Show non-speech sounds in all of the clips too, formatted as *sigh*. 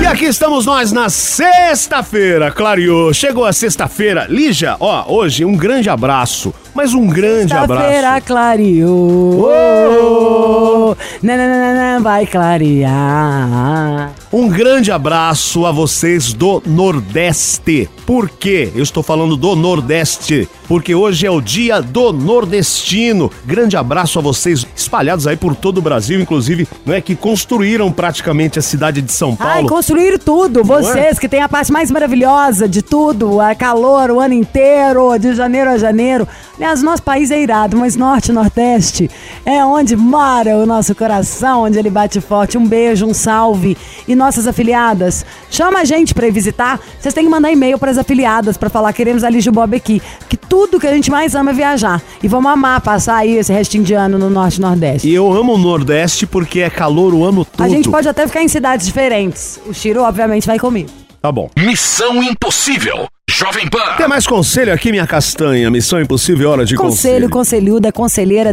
E aqui estamos nós na sexta-feira, clareou. Chegou a sexta-feira. Lígia, ó, hoje um grande abraço. Mas um grande Sexta-feira abraço. clareou. Nananana, vai clarear. Um grande abraço a vocês do Nordeste. Por quê? Eu estou falando do Nordeste. Porque hoje é o dia do nordestino. Grande abraço a vocês, espalhados aí por todo o Brasil, inclusive, não é que construíram praticamente a cidade de São Paulo. Ai, construir tudo. Vocês que têm a parte mais maravilhosa de tudo, a calor o ano inteiro, de janeiro a janeiro. Aliás, nosso país é irado, mas norte e nordeste é onde mora o nosso coração, onde ele bate forte. Um beijo, um salve. E nossas afiliadas, chama a gente pra ir visitar. Vocês têm que mandar e-mail pras afiliadas pra falar queremos a Lígia e o Bob aqui. Que tudo que a gente mais ama é viajar. E vamos amar passar aí esse restinho de ano no norte e nordeste. E eu amo o Nordeste porque é calor o ano todo. A gente pode até ficar em cidades diferentes. O Chiro, obviamente, vai comigo. Tá bom. Missão Impossível. Jovem Tem Pan. mais conselho aqui, minha castanha? Missão impossível, hora de Conselho, conselho. conselhuda, conselheira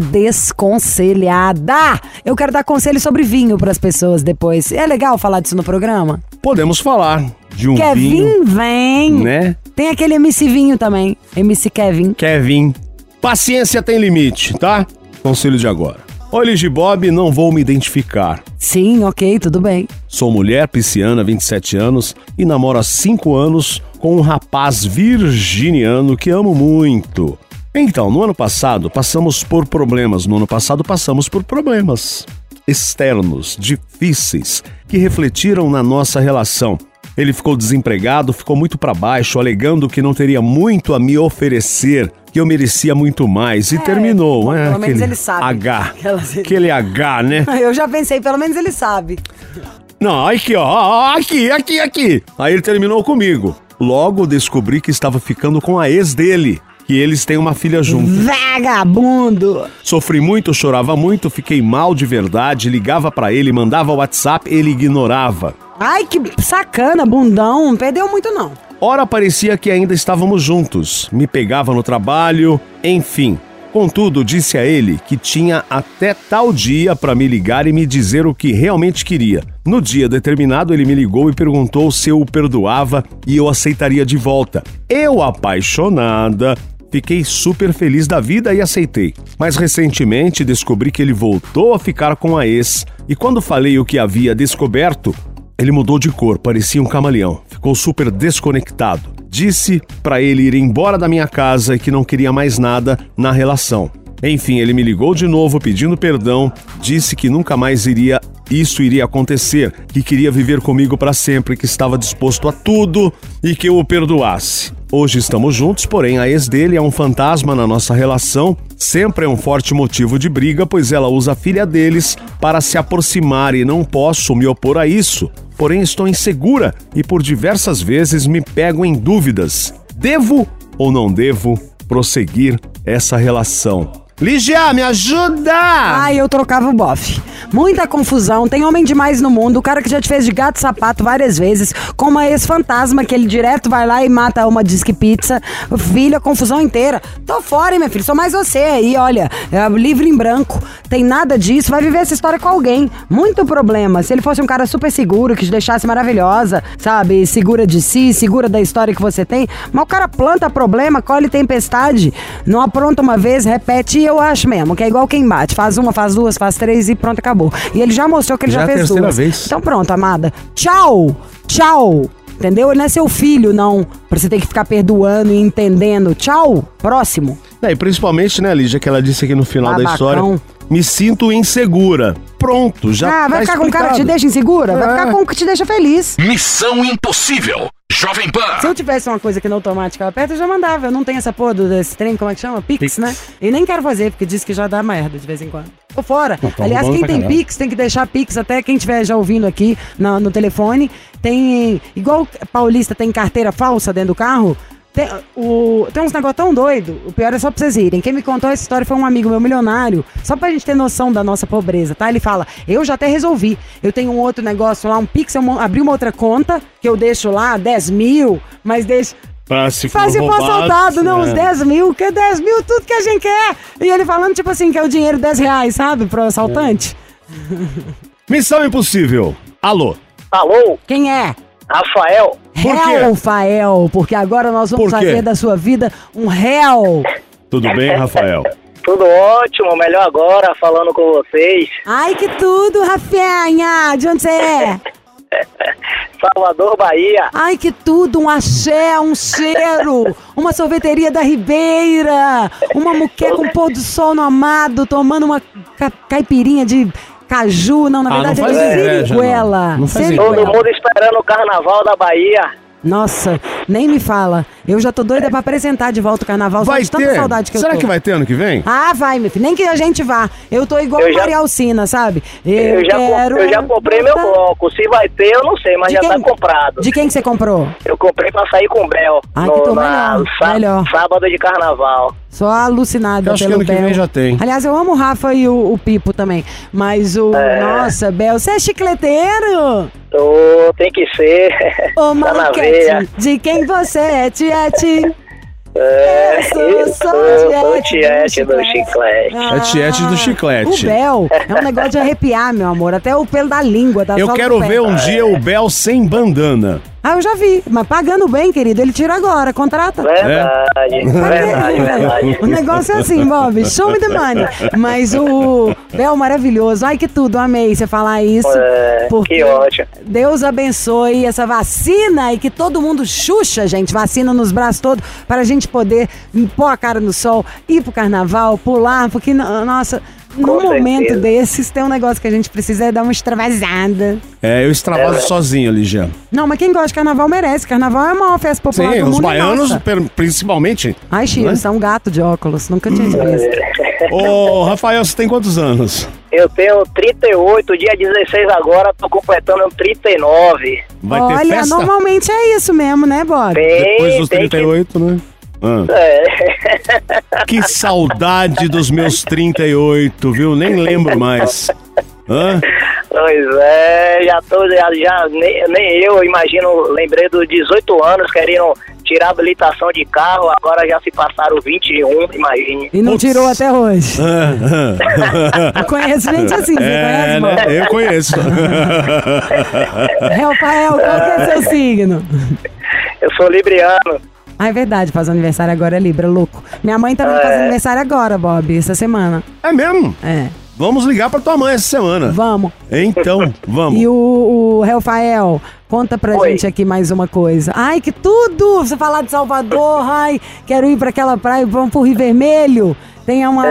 desconselhada. Eu quero dar conselho sobre vinho pras pessoas depois. É legal falar disso no programa? Podemos falar de um Quer vinho, Kevin, vem. né? Tem aquele MC Vinho também. MC Kevin. Kevin. Paciência tem limite, tá? Conselho de agora. Olha, Bob, não vou me identificar. Sim, ok, tudo bem. *laughs* Sou mulher pisciana, 27 anos, e namoro há 5 anos com um rapaz virginiano que amo muito. Então, no ano passado, passamos por problemas. No ano passado, passamos por problemas externos, difíceis, que refletiram na nossa relação. Ele ficou desempregado, ficou muito para baixo, alegando que não teria muito a me oferecer, que eu merecia muito mais, e terminou. bom, é, pelo menos aquele ele sabe. H. Aquelas- Aquele H, né? Eu já pensei, pelo menos ele sabe. Não, aqui, ó, ó, ó, aqui, aqui, aqui. Aí ele terminou comigo. Logo descobri que estava ficando com a ex dele, que eles têm uma filha junto. Uhum. Vagabundo! Sofri muito, chorava muito, fiquei mal de verdade, ligava pra ele, mandava WhatsApp, ele ignorava. Ai, que sacana, bundão. Não perdeu muito, não. Ora parecia que ainda estávamos juntos, me pegava no trabalho, enfim. Contudo, disse a ele que tinha até tal dia para me ligar e me dizer o que realmente queria. No dia determinado, ele me ligou e perguntou se eu o perdoava e eu aceitaria de volta. Eu, apaixonada, fiquei super feliz da vida e aceitei. Mas recentemente descobri que ele voltou a ficar com a ex, e quando falei o que havia descoberto, ele mudou de cor, parecia um camaleão. Ficou super desconectado. Disse pra ele ir embora da minha casa e que não queria mais nada na relação. Enfim, ele me ligou de novo pedindo perdão, disse que nunca mais iria isso iria acontecer, que queria viver comigo pra sempre, que estava disposto a tudo e que eu o perdoasse. Hoje estamos juntos, porém a ex dele é um fantasma na nossa relação. Sempre é um forte motivo de briga, pois ela usa a filha deles para se aproximar e não posso me opor a isso. Porém estou insegura e por diversas vezes me pego em dúvidas. Devo ou não devo prosseguir essa relação? Ligia, me ajuda! Ai, Ah, eu trocava o bofe. Muita confusão, tem homem demais no mundo, o cara que já te fez de gato e sapato várias vezes, com uma ex-fantasma que ele direto vai lá e mata uma disque pizza. Filha, confusão inteira. Tô fora, hein, minha filha, sou mais você aí, olha. É livre em branco, tem nada disso, vai viver essa história com alguém. Muito problema. Se ele fosse um cara super seguro, que te deixasse maravilhosa, sabe? Segura de si, segura da história que você tem. Mas o cara planta problema, colhe tempestade, não apronta uma vez, repete e eu acho mesmo, que é igual quem bate. Faz uma, faz duas, faz três e pronto, acabou. E ele já mostrou que ele já, Já é a fez terceira duas. vez. Então pronto, amada. Tchau! Tchau! Entendeu? Ele não é seu filho, não. Pra você ter que ficar perdoando e entendendo. Tchau! Próximo. É, e principalmente, né, Lígia, que ela disse aqui no final da Babacão. história. Me sinto insegura. Pronto, já ah, vai tá ficar com um cara que te explicado. deixa insegura? Vai É. ficar com o que te deixa feliz. Missão Impossível. Jovem Se Pan. eu tivesse uma coisa que no automático eu aperto, eu já mandava. Eu não tenho essa porra do- desse trem, como é que chama? Pix, Pix. né? E nem quero fazer, porque diz que já dá merda de vez em quando. Tô fora. Não, tá Aliás, roubando quem pra tem caralho. Pix tem que deixar Pix, até quem estiver já ouvindo aqui na- no, telefone. Tem. Igual paulista tem carteira falsa dentro do carro. Tem, o, tem uns negócios tão doido. O pior é só pra vocês irem. Quem me contou essa história foi um amigo meu milionário. Só pra gente ter noção da nossa pobreza, tá? Ele fala: Eu já até resolvi. Eu tenho um outro negócio lá, um Pix, eu mon- abri uma outra conta, que eu deixo lá 10 mil, mas deixo. Pra se for Faz se for roubado, assaltado, não, é. uns 10 mil, que 10 mil, tudo que a gente quer. E ele falando, tipo assim, que é o dinheiro 10 reais, sabe, pro assaltante. É. Missão impossível. Alô. Alô, Quem é? Rafael? Por quê? Rafael, porque agora nós vamos Por quê? fazer da sua vida um réu. Tudo bem, Rafael? Tudo ótimo, melhor agora falando com vocês. Ai, que tudo, Rafinha! De onde você é? Salvador, Bahia. Ai, que tudo, um axé, um cheiro, uma sorveteria da Ribeira, uma muqueca, um pôr do sol no amado, tomando uma ca- caipirinha de caju, não, na Ah, não verdade faz é de inveja, não. siriguela. Não faz Siriguela. Todo mundo esperando o carnaval da Bahia. Nossa, nem me fala. Eu já tô doida pra apresentar de volta o carnaval, só Vai de tanta ter? saudade que eu Será tô. que vai ter ano que vem? Ah, vai, meu filho. Nem que a gente vá. Eu tô igual Eu a já- Maria Alcina, sabe? Eu, já, co- quero é eu já comprei meu voltar. bloco. Se vai ter, eu não sei, mas De já quem? tá comprado. De quem que você comprou? Eu comprei pra sair com o Bel. Ai, que tô melhor, melhor. Sábado de carnaval. Só alucinada Eu acho pelo que ano que Bel. vem já tem. Aliás, eu amo o Rafa e o, o Pipo também. Mas o. Nossa, Bel, você é chicleteiro? Tô, tem que ser. Ô, *laughs* tá na maluquete, veia. de quem você é, Tiete? É, eu sou sou o Tiete do do chiclete. Ah, É Tiete do chiclete. O Bel é um negócio de arrepiar, meu amor. Até o pelo da língua, tá da Eu quero ver um dia o Bel sem bandana. Ah, eu já vi. Mas pagando bem, querido, ele tira agora, contrata. Verdade, é verdade, É *laughs* verdade. O negócio é assim, Bob, show me the money. Mas o Bel maravilhoso, ai que tudo, amei você falar isso. É, que ótimo. Deus abençoe essa vacina e que todo mundo xuxa, gente, vacina nos braços todos, para a gente poder pôr a cara no sol, ir pro carnaval, pular, porque, no- nossa, num certeza. momento desses tem um negócio que a gente precisa é dar uma extravasada. É, eu extravaso sozinho, Ligia. Não, mas quem gosta de carnaval merece. Carnaval é a maior festa popular Sim, do os mundo. e baianos, nossa. per- principalmente. Ai, Chico, Né? você é um gato de óculos. Nunca tinha te visto. Ô, Rafael, você tem quantos anos? Eu tenho 38, dia 16 agora, tô completando 39. Vai Olha, ter festa? normalmente é isso mesmo, né, Bob? Tem, Depois dos tem 38, né? Ah, Que... É, *laughs* que saudade dos meus 38, viu? Nem lembro mais. Hã? pois é, já tô, já, já nem, nem eu imagino, lembrei dos 18 anos, queriam tirar a habilitação de carro, agora já se passaram 21, imagine. E não Putz. tirou até *laughs* hoje. Hã? Hã? Eu conheço gente assim, você É, né? conhece, Bob? Eu conheço. Rafael, qual que é *laughs* seu signo? Eu sou libriano. Ah, é verdade, faz aniversário agora é Libra, louco. Minha mãe também faz aniversário agora, Bob, essa semana. É mesmo? É, Vamos ligar pra tua mãe essa semana. vamos. Então, vamos. E o, o Rafael, conta pra Oi. gente aqui mais uma coisa. Ai, que tudo! Você falar de Salvador, ai, quero ir pra aquela praia, vamos pro Rio Vermelho. Tem uma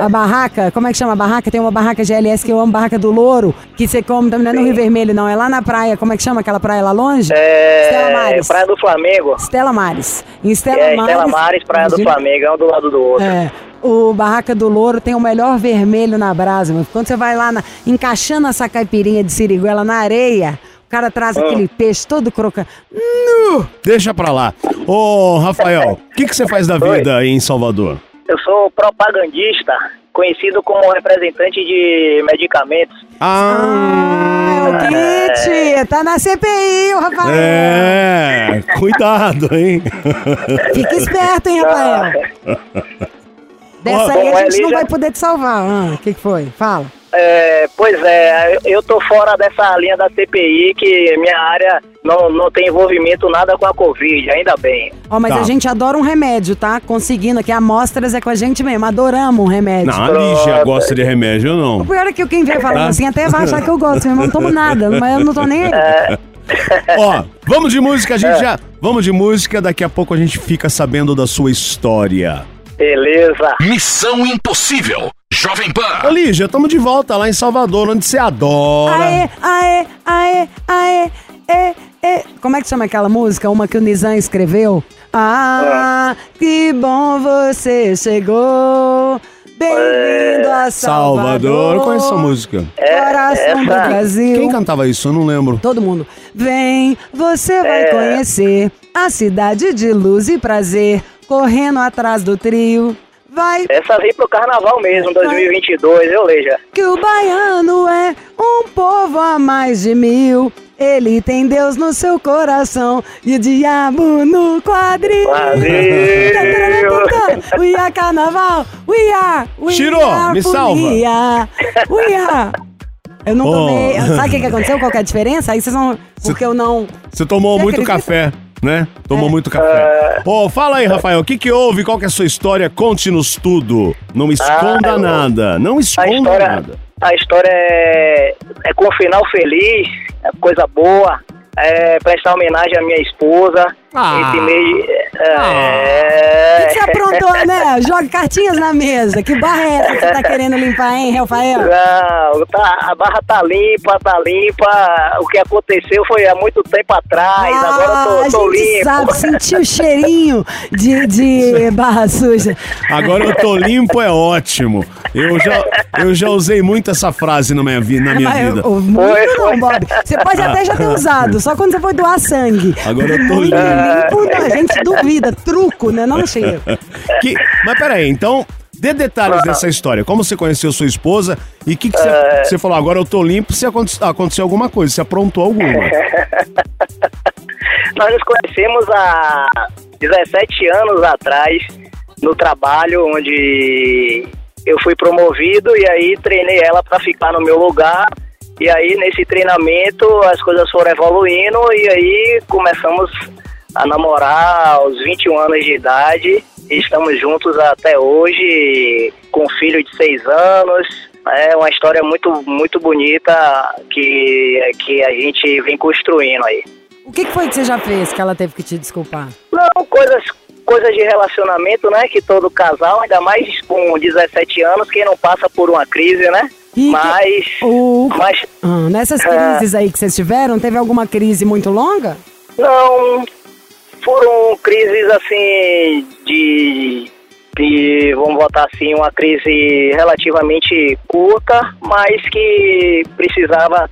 a barraca, como é que chama a barraca? Tem uma barraca GLS que eu amo, barraca do Louro, que você come também, não é no Rio Vermelho, não, é lá na praia, como é que chama aquela praia lá longe? Estela É, Mares. Praia do Flamengo. Estela Mares. Em Estela É, Mares. Estela Mares, Praia do Gente, Flamengo, é um do lado do outro. é, o Barraca do Louro tem o melhor vermelho na brasa, meu. Quando você vai lá na- encaixando essa caipirinha de siriguela na areia, o cara traz Ah. aquele peixe todo crocante. Uh, Deixa pra lá. Ô, Rafael, o que, que você faz da vida aí em Salvador? Eu sou propagandista, conhecido como representante de medicamentos. Ah, o Kit! Tá na CPI, o Rafael! É, cuidado, hein? *laughs* Fica esperto, hein, Ah. Rafael! *laughs* Dessa aí Bom, a gente não Elisa- vai poder te salvar. Ah, O que, que foi? Fala. É, pois é, eu tô fora dessa linha da CPI, que minha área não, não tem envolvimento nada com a Covid, ainda bem. Ó, mas Tá. a gente adora um remédio, tá? Conseguindo aqui, amostras é com a gente mesmo. Adoramos um remédio. Não, a Lígia gosta de remédio, eu O não. pior é que quem vem falando Ah. assim até vai achar que eu gosto, meu irmão. Não tomo nada, mas eu não tô nem aí. Ó, vamos de música, a gente já. Vamos de música, daqui a pouco a gente fica sabendo da sua história. Beleza. Missão Impossível. Jovem Ô, Pan. Lígia, estamos de volta lá em Salvador, onde você adora. Aê, aê, aê, aê, aê, aê. Como é que chama aquela música? Uma que o Nizam escreveu? Ah, que bom você chegou. Bem-vindo Salvador, a Salvador. eu conheço essa música. É, Coração do essa- Brasil. Quem cantava isso? Eu não lembro. Todo mundo. Vem, você É. vai conhecer a cidade de luz e prazer, correndo atrás do trio. Vai Essa veio pro carnaval mesmo, é 2022, eu leia. que o baiano é um povo a mais de mil. Ele tem Deus no seu coração e o diabo no quadril. Quadril. We are carnaval, we are, we Chiro, are me salva. folia. We are. Eu não Oh. tomei. Sabe o que, que aconteceu? Qual que é a diferença? Aí vocês vão. Porque eu não. Você tomou Você muito acredita? É. café, né? Tomou muito café. É. Ô, fala aí, Rafael, o que que houve? Qual que é a sua história? Conte-nos tudo. Não esconda Ah, eu- nada. Não A esconda história, nada. a história é, é com um final feliz, é coisa boa, é prestar homenagem à minha esposa. Ah. Esse mês. O que, É, que você aprontou, né? Joga cartinhas na mesa. Que barra é essa que você tá querendo limpar, hein, Rafael? Não, tá, a barra tá limpa, tá limpa. O que aconteceu foi há muito tempo atrás, agora Ah, a eu tô, tô gente limpo. sabe, sentiu o cheirinho de, de *laughs* barra suja. Agora eu tô limpo é ótimo. Eu já, eu já usei muito essa frase na minha, vi- na minha Mas, vida. Ah, ô, muito Foi, foi. não, Bob. Você pode até já ter usado, só quando você foi doar sangue. Agora eu tô Muito limpo. limpo, não, a gente duvida. Truco, né? *laughs* Não cheiro. Que- mas peraí, então, dê detalhes Ah. dessa história. Como você conheceu sua esposa e o que, que você, É. você falou? Agora eu tô limpo se aconte- aconteceu alguma coisa, se aprontou *laughs* alguma. Nós nos conhecemos há 17 anos atrás no trabalho onde eu fui promovido e aí treinei ela para ficar no meu lugar. E aí nesse treinamento as coisas foram evoluindo e aí começamos a namorar aos 21 anos de idade. E Estamos juntos até hoje, com um filho de 6 anos. É uma história muito, muito bonita que, que a gente vem construindo aí. O que, que foi que você já fez que ela teve que te desculpar? Não, coisas, coisas de relacionamento, né? Que todo casal, ainda mais com 17 anos, quem não passa por uma crise, né? E que- mas, o- mas Ah, nessas É. crises aí que vocês tiveram, teve alguma crise muito longa? não foram crises assim de, de vamos botar assim, uma crise relativamente curta, mas que precisava.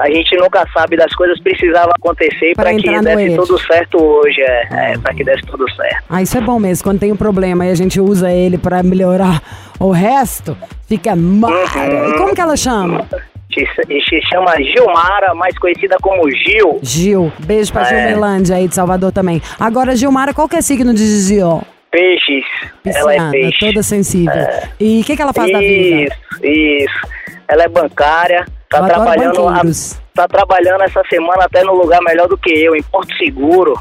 A gente nunca sabe das coisas, precisava acontecer Pra para que entrar no desse eixo. tudo certo hoje, é, é para que desse tudo certo. Ah, isso é bom mesmo. Quando tem um problema e a gente usa ele pra melhorar o resto, fica Uhum. mara. E como que ela chama? se, se chama Gilmara, mais conhecida como Gil. Gil. Beijo pra Ah, Gil é. Melândia aí de Salvador também. Agora, Gilmara, qual que é signo de Gil? Peixes. ela Pisciana, é peixe. né? É. toda sensível. E o que, que ela faz da vida? Isso, isso. Ela é bancária, tá Eu adoro trabalhando, a- banqueiros. tá trabalhando essa semana até no lugar melhor do que eu, em Porto Seguro.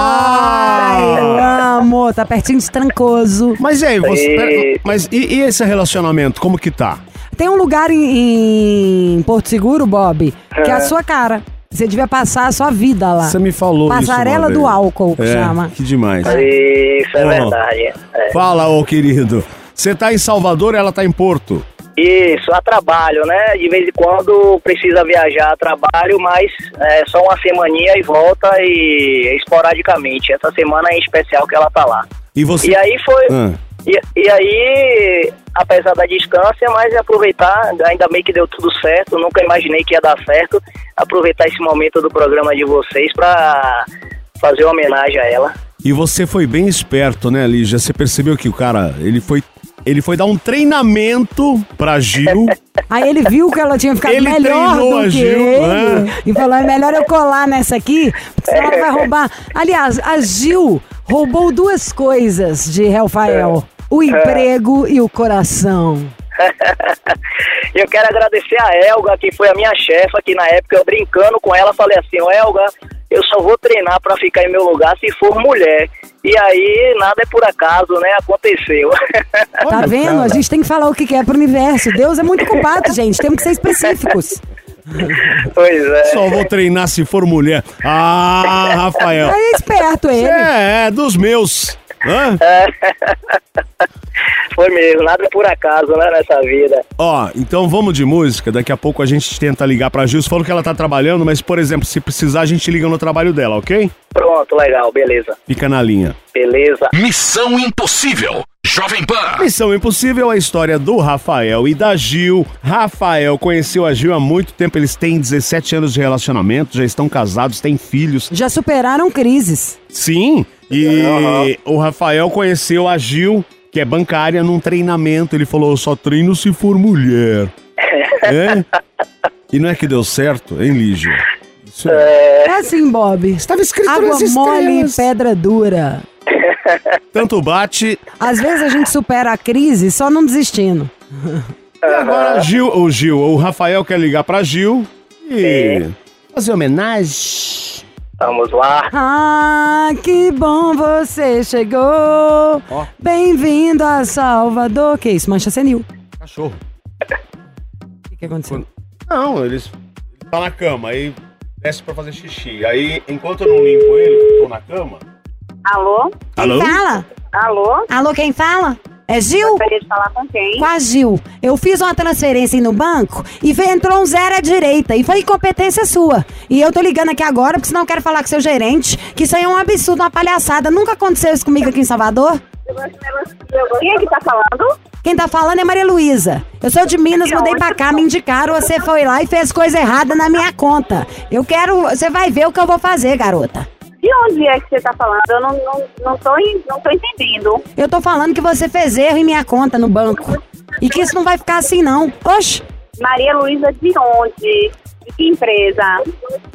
Ah! Ai, eu amo. Tá pertinho de Trancoso. Mas e aí, você. E- pera- mas e, e esse relacionamento, como que tá? Tem um lugar em, em Porto Seguro, Bob, que é a sua cara. Você devia passar a sua vida lá. Você me falou isso Passarela uma do vez. álcool, que É, chama. Que demais. Isso, é Ó. verdade. é. Fala, ô querido. Você tá em Salvador ela tá em Porto. Isso, a trabalho, né? De vez em quando precisa viajar a trabalho, mas é só uma semaninha e volta e é esporadicamente. Essa semana é em especial que ela tá lá. E você. E aí foi. Ah. E, e aí, apesar da distância, mas é aproveitar, ainda bem que deu tudo certo, nunca imaginei que ia dar certo, aproveitar esse momento do programa de vocês pra fazer uma homenagem a ela. E você foi bem esperto, né, Lígia? Você percebeu que o cara, ele foi, ele foi dar um treinamento pra *laughs* Gil. Aí ele viu que ela tinha ficado Ele melhor treinou do a que Gil, ele. né? E falou, é melhor eu colar nessa aqui, porque senão ela vai roubar. Aliás, a Gil roubou duas coisas de Rafael. É. O emprego e o coração. E eu quero agradecer a Elga, que foi a minha chefa, que na época eu brincando com ela, falei assim, "Ô, Elga, eu só vou treinar pra ficar em meu lugar se for mulher. E aí, nada é por acaso, né? Aconteceu. *laughs* Tá Olha, vendo? cara. A gente tem que falar o que que é pro universo. Deus é muito culpado, gente. Temos que ser específicos. pois é. Só vou treinar se for mulher. Ah, Rafael. Aí é esperto ele. É, é dos meus. Hã? Foi mesmo, nada é por acaso, né, nessa vida. Ó, então vamos de música. Daqui a pouco a gente tenta ligar pra Gil. Você falou que ela tá trabalhando, mas, por exemplo, se precisar, a gente liga no trabalho dela, ok? Pronto, legal, beleza. Fica na linha. Beleza. Missão Impossível. Jovem Pan. Missão Impossível é a história do Rafael e da Gil. Rafael conheceu a Gil há muito tempo, eles têm 17 anos de relacionamento, já estão casados, têm filhos. Já superaram crises. Sim, e o Rafael conheceu a Gil, que é bancária, num treinamento. Ele falou: eu só treino se for mulher. é? E não é que deu certo, hein, Lígia? Isso é. É assim, Bob. Estava escrito Água nas mole e estrelas. pedra dura. Tanto bate. Às vezes a gente supera a crise só não desistindo. E agora Gil, o Gil, o Rafael quer ligar pra Gil e fazer homenagem. Vamos lá. Ah, que bom você chegou. Bem-vindo a Salvador. Que isso, mancha senil. Cachorro. O que, que aconteceu? Não, eles ele tá na cama, aí desce pra fazer xixi. Aí, enquanto eu não limpo ele, tô na cama. Alô? Alô? Fala! Alô? Alô, quem fala? É Gil? Gostaria de falar com quem? Com a Gil. Eu fiz uma transferência aí no banco e ve- entrou um zero à direita. E foi incompetência sua. E eu tô ligando aqui agora porque senão eu quero falar com seu gerente que isso aí é um absurdo, uma palhaçada. Nunca aconteceu isso comigo aqui em Salvador. Quem é que tá falando? Quem tá falando é Maria Luísa. Eu sou de Minas, mudei pra tá? cá, me indicaram, você foi lá e fez coisa errada na minha conta. Eu quero. Você vai ver o que eu vou fazer, garota. De onde é que você tá falando? Eu não, não, não, tô, en- não tô entendendo. Eu tô falando que você fez erro em minha conta no banco. E que isso não vai ficar assim, não. Oxe, Maria Luísa de onde? De que empresa?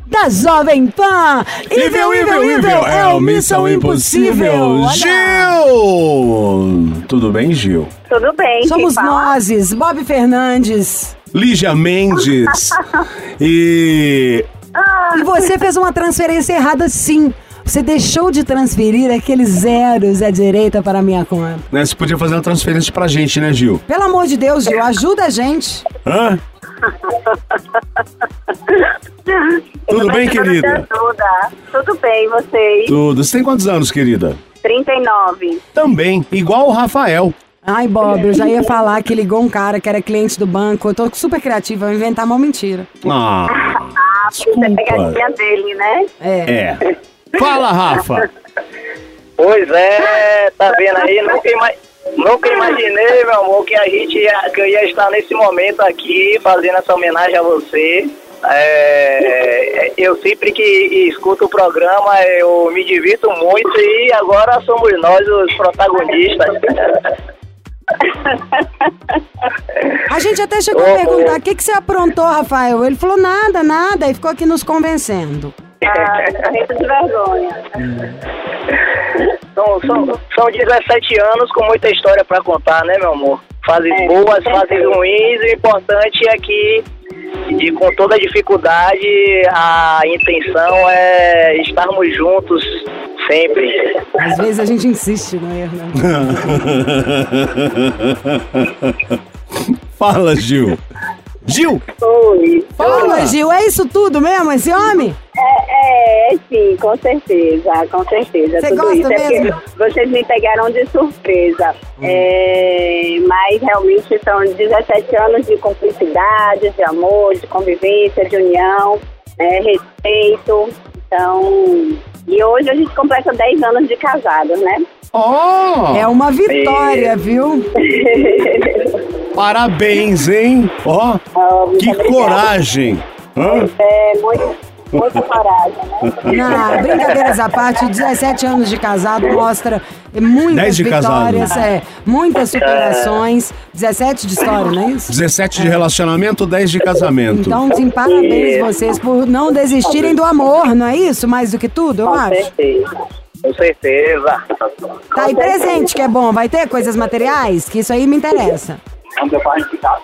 da Jovem Pan! Evil, evil, evil! É o Missão Impossível! Olha. Gil! Tudo bem, Gil? Tudo bem, Somos quem fala? nós, Bob Fernandes. Lígia Mendes. *laughs* e E você fez uma transferência errada, sim. Você deixou de transferir aqueles zeros à direita para a minha conta. né, você podia fazer uma transferência pra gente, né, Gil? Pelo amor de Deus, Gil, ajuda a gente. Hã? Tudo bem, querida? Ajuda. Tudo bem, vocês? Tudo. Você tem quantos anos, querida? 39. Também, igual o Rafael. Ai, Bob, eu já ia falar que ligou um cara que era cliente do banco. Eu tô super criativa, vou inventar uma mentira. Ah, Isso é desculpa. pegadinha dele, né? É. É. Fala, *laughs* Rafa. Pois é, tá vendo aí? Nunca, ima- nunca imaginei, meu amor, que a gente ia, que eu ia estar nesse momento aqui fazendo essa homenagem a você. É, eu sempre que escuto o programa, eu me divirto muito e agora somos nós os protagonistas. A gente até chegou a perguntar: o que, que você aprontou, Rafael? Ele falou nada, nada, e ficou aqui nos convencendo. *laughs* Ah, morrendo de vergonha. São, são, são 17 anos com muita história pra contar, né, meu amor? Fases boas, fases ruins, o importante é que, e com toda dificuldade, a intenção é estarmos juntos sempre. Às vezes a gente insiste no erro, né? Fala, Gil. Gil, Oi. Fala, Gil, é isso tudo mesmo, esse homem? É, é, sim, com certeza, com certeza. Você Tudo gosta isso é mesmo? Hum. porque vocês me pegaram de surpresa. É, mas realmente são 17 anos de cumplicidade, de amor, de convivência, de união, né, respeito. Então, e hoje a gente completa 10 anos de casados, *laughs* né? *laughs* ó, É uma vitória, viu? parabéns, hein? Ó, Ah, muito que obrigada. coragem. Hã? É, muito, muito coragem, né? Na brincadeiras à parte, 17 anos de casado mostra muitas 10 de casado. vitórias, é, muitas superações, 17 de história, não é isso? 17 de relacionamento, 10 de casamento. Então, sim, parabéns vocês por não desistirem do amor, não é isso? Mais do que tudo, eu Com acho. certeza. Com certeza. Tá aí presente, que é bom. Vai ter coisas materiais? Que isso aí me interessa. tá.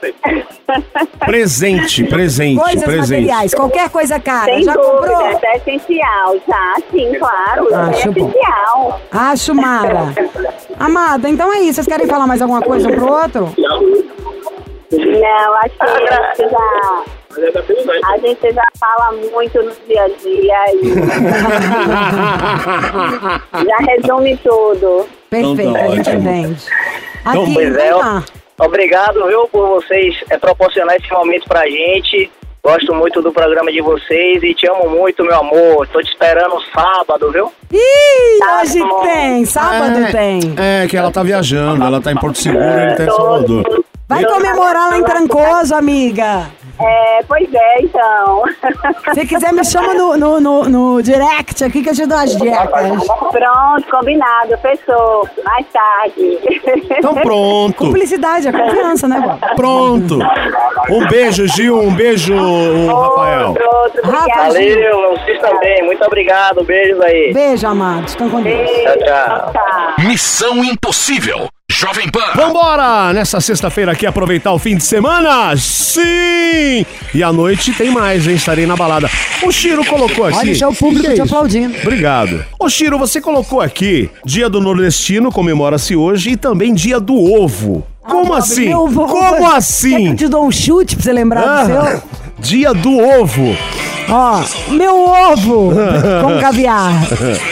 Presente, presente, tá. Coisas presente. materiais, qualquer coisa cara. Sem Já dúvida, comprou? isso é essencial, já, sim, claro, Ah, isso Acho é bom. essencial. Acho, Mara. Amada, então é isso. Vocês querem falar mais alguma coisa um pro outro? Não, acho que a gente já. é né? A gente já fala muito no dia a dia e *laughs* já resume tudo. Perfeito, tá a gente ótimo. entende. Então, Aqui, Pois é, vem lá. obrigado, viu, por vocês é, proporcionar esse momento pra gente. Gosto muito do programa de vocês e te amo muito, meu amor. Tô te esperando sábado, viu? Ih, hoje bom. tem, sábado é, tem. É, que ela tá Então, é viajando, ela tá em Porto Seguro, ele tá em Salvador. Vai comemorar lá em Trancoso, amiga. É, pois é, então. *laughs* Se quiser, me chama no, no, no, no direct aqui que eu te dou as dicas. Pronto, combinado, fechou. Mais tarde. Então pronto. Publicidade, é confiança, né, Bob? Pronto. Um beijo, Gil. Um beijo, Rafael. *laughs* Outro, outro, obrigado. Rafa, Gil. Valeu, vocês também. Muito obrigado. Beijos aí. Beijo, amados. Estão com Deus. Tchau, tchau. Tá. Missão Impossível. Jovem Pan. Vambora! Nessa sexta-feira aqui aproveitar o fim de semana? Sim! E à noite tem mais, hein? Estarei na balada. O Chiro colocou aqui. Olha, já o público Que que é te isso? aplaudindo. Obrigado. Ô, Chiro, você colocou aqui: Dia do Nordestino comemora-se hoje e também Dia do Ovo. Como Bob, assim? Ah, meu vô- Como *laughs* Quer que assim? eu te dou um chute pra você lembrar Ah, do seu? dia do Ovo. Ó, meu ovo *laughs* com caviar.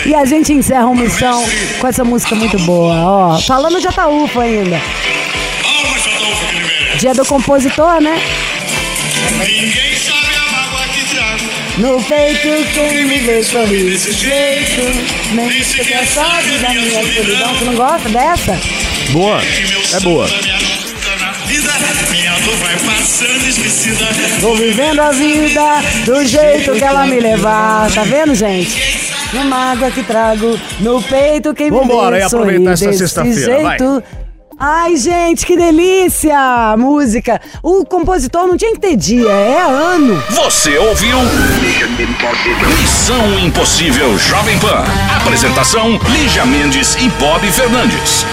E a gente encerra uma missão com essa música muito boa, ó. Falando de Ataúfa ainda. Dia do compositor, né? Ninguém sabe a mágoa que trago. No peito quem me vê sorrir Né? desse jeito. Nem nem sequer sabe da minha Não, solidão. tu não gosta dessa? Boa. Que meu É boa. samba me ajuda na vida. Minha dor vai passando esquecida. Vou vivendo a vida do jeito que ela me levar. Tá vendo, gente? No mágoa que trago, no peito quem Vambora, me e vê aproveitar essa sorrir desse sexta-feira, vai. jeito. Ai, gente, que delícia! a Música. O compositor não tinha que ter dia, é ano. Você ouviu? Missão Impossível Jovem Pan. Apresentação: Lígia Mendes e Bob Fernandes.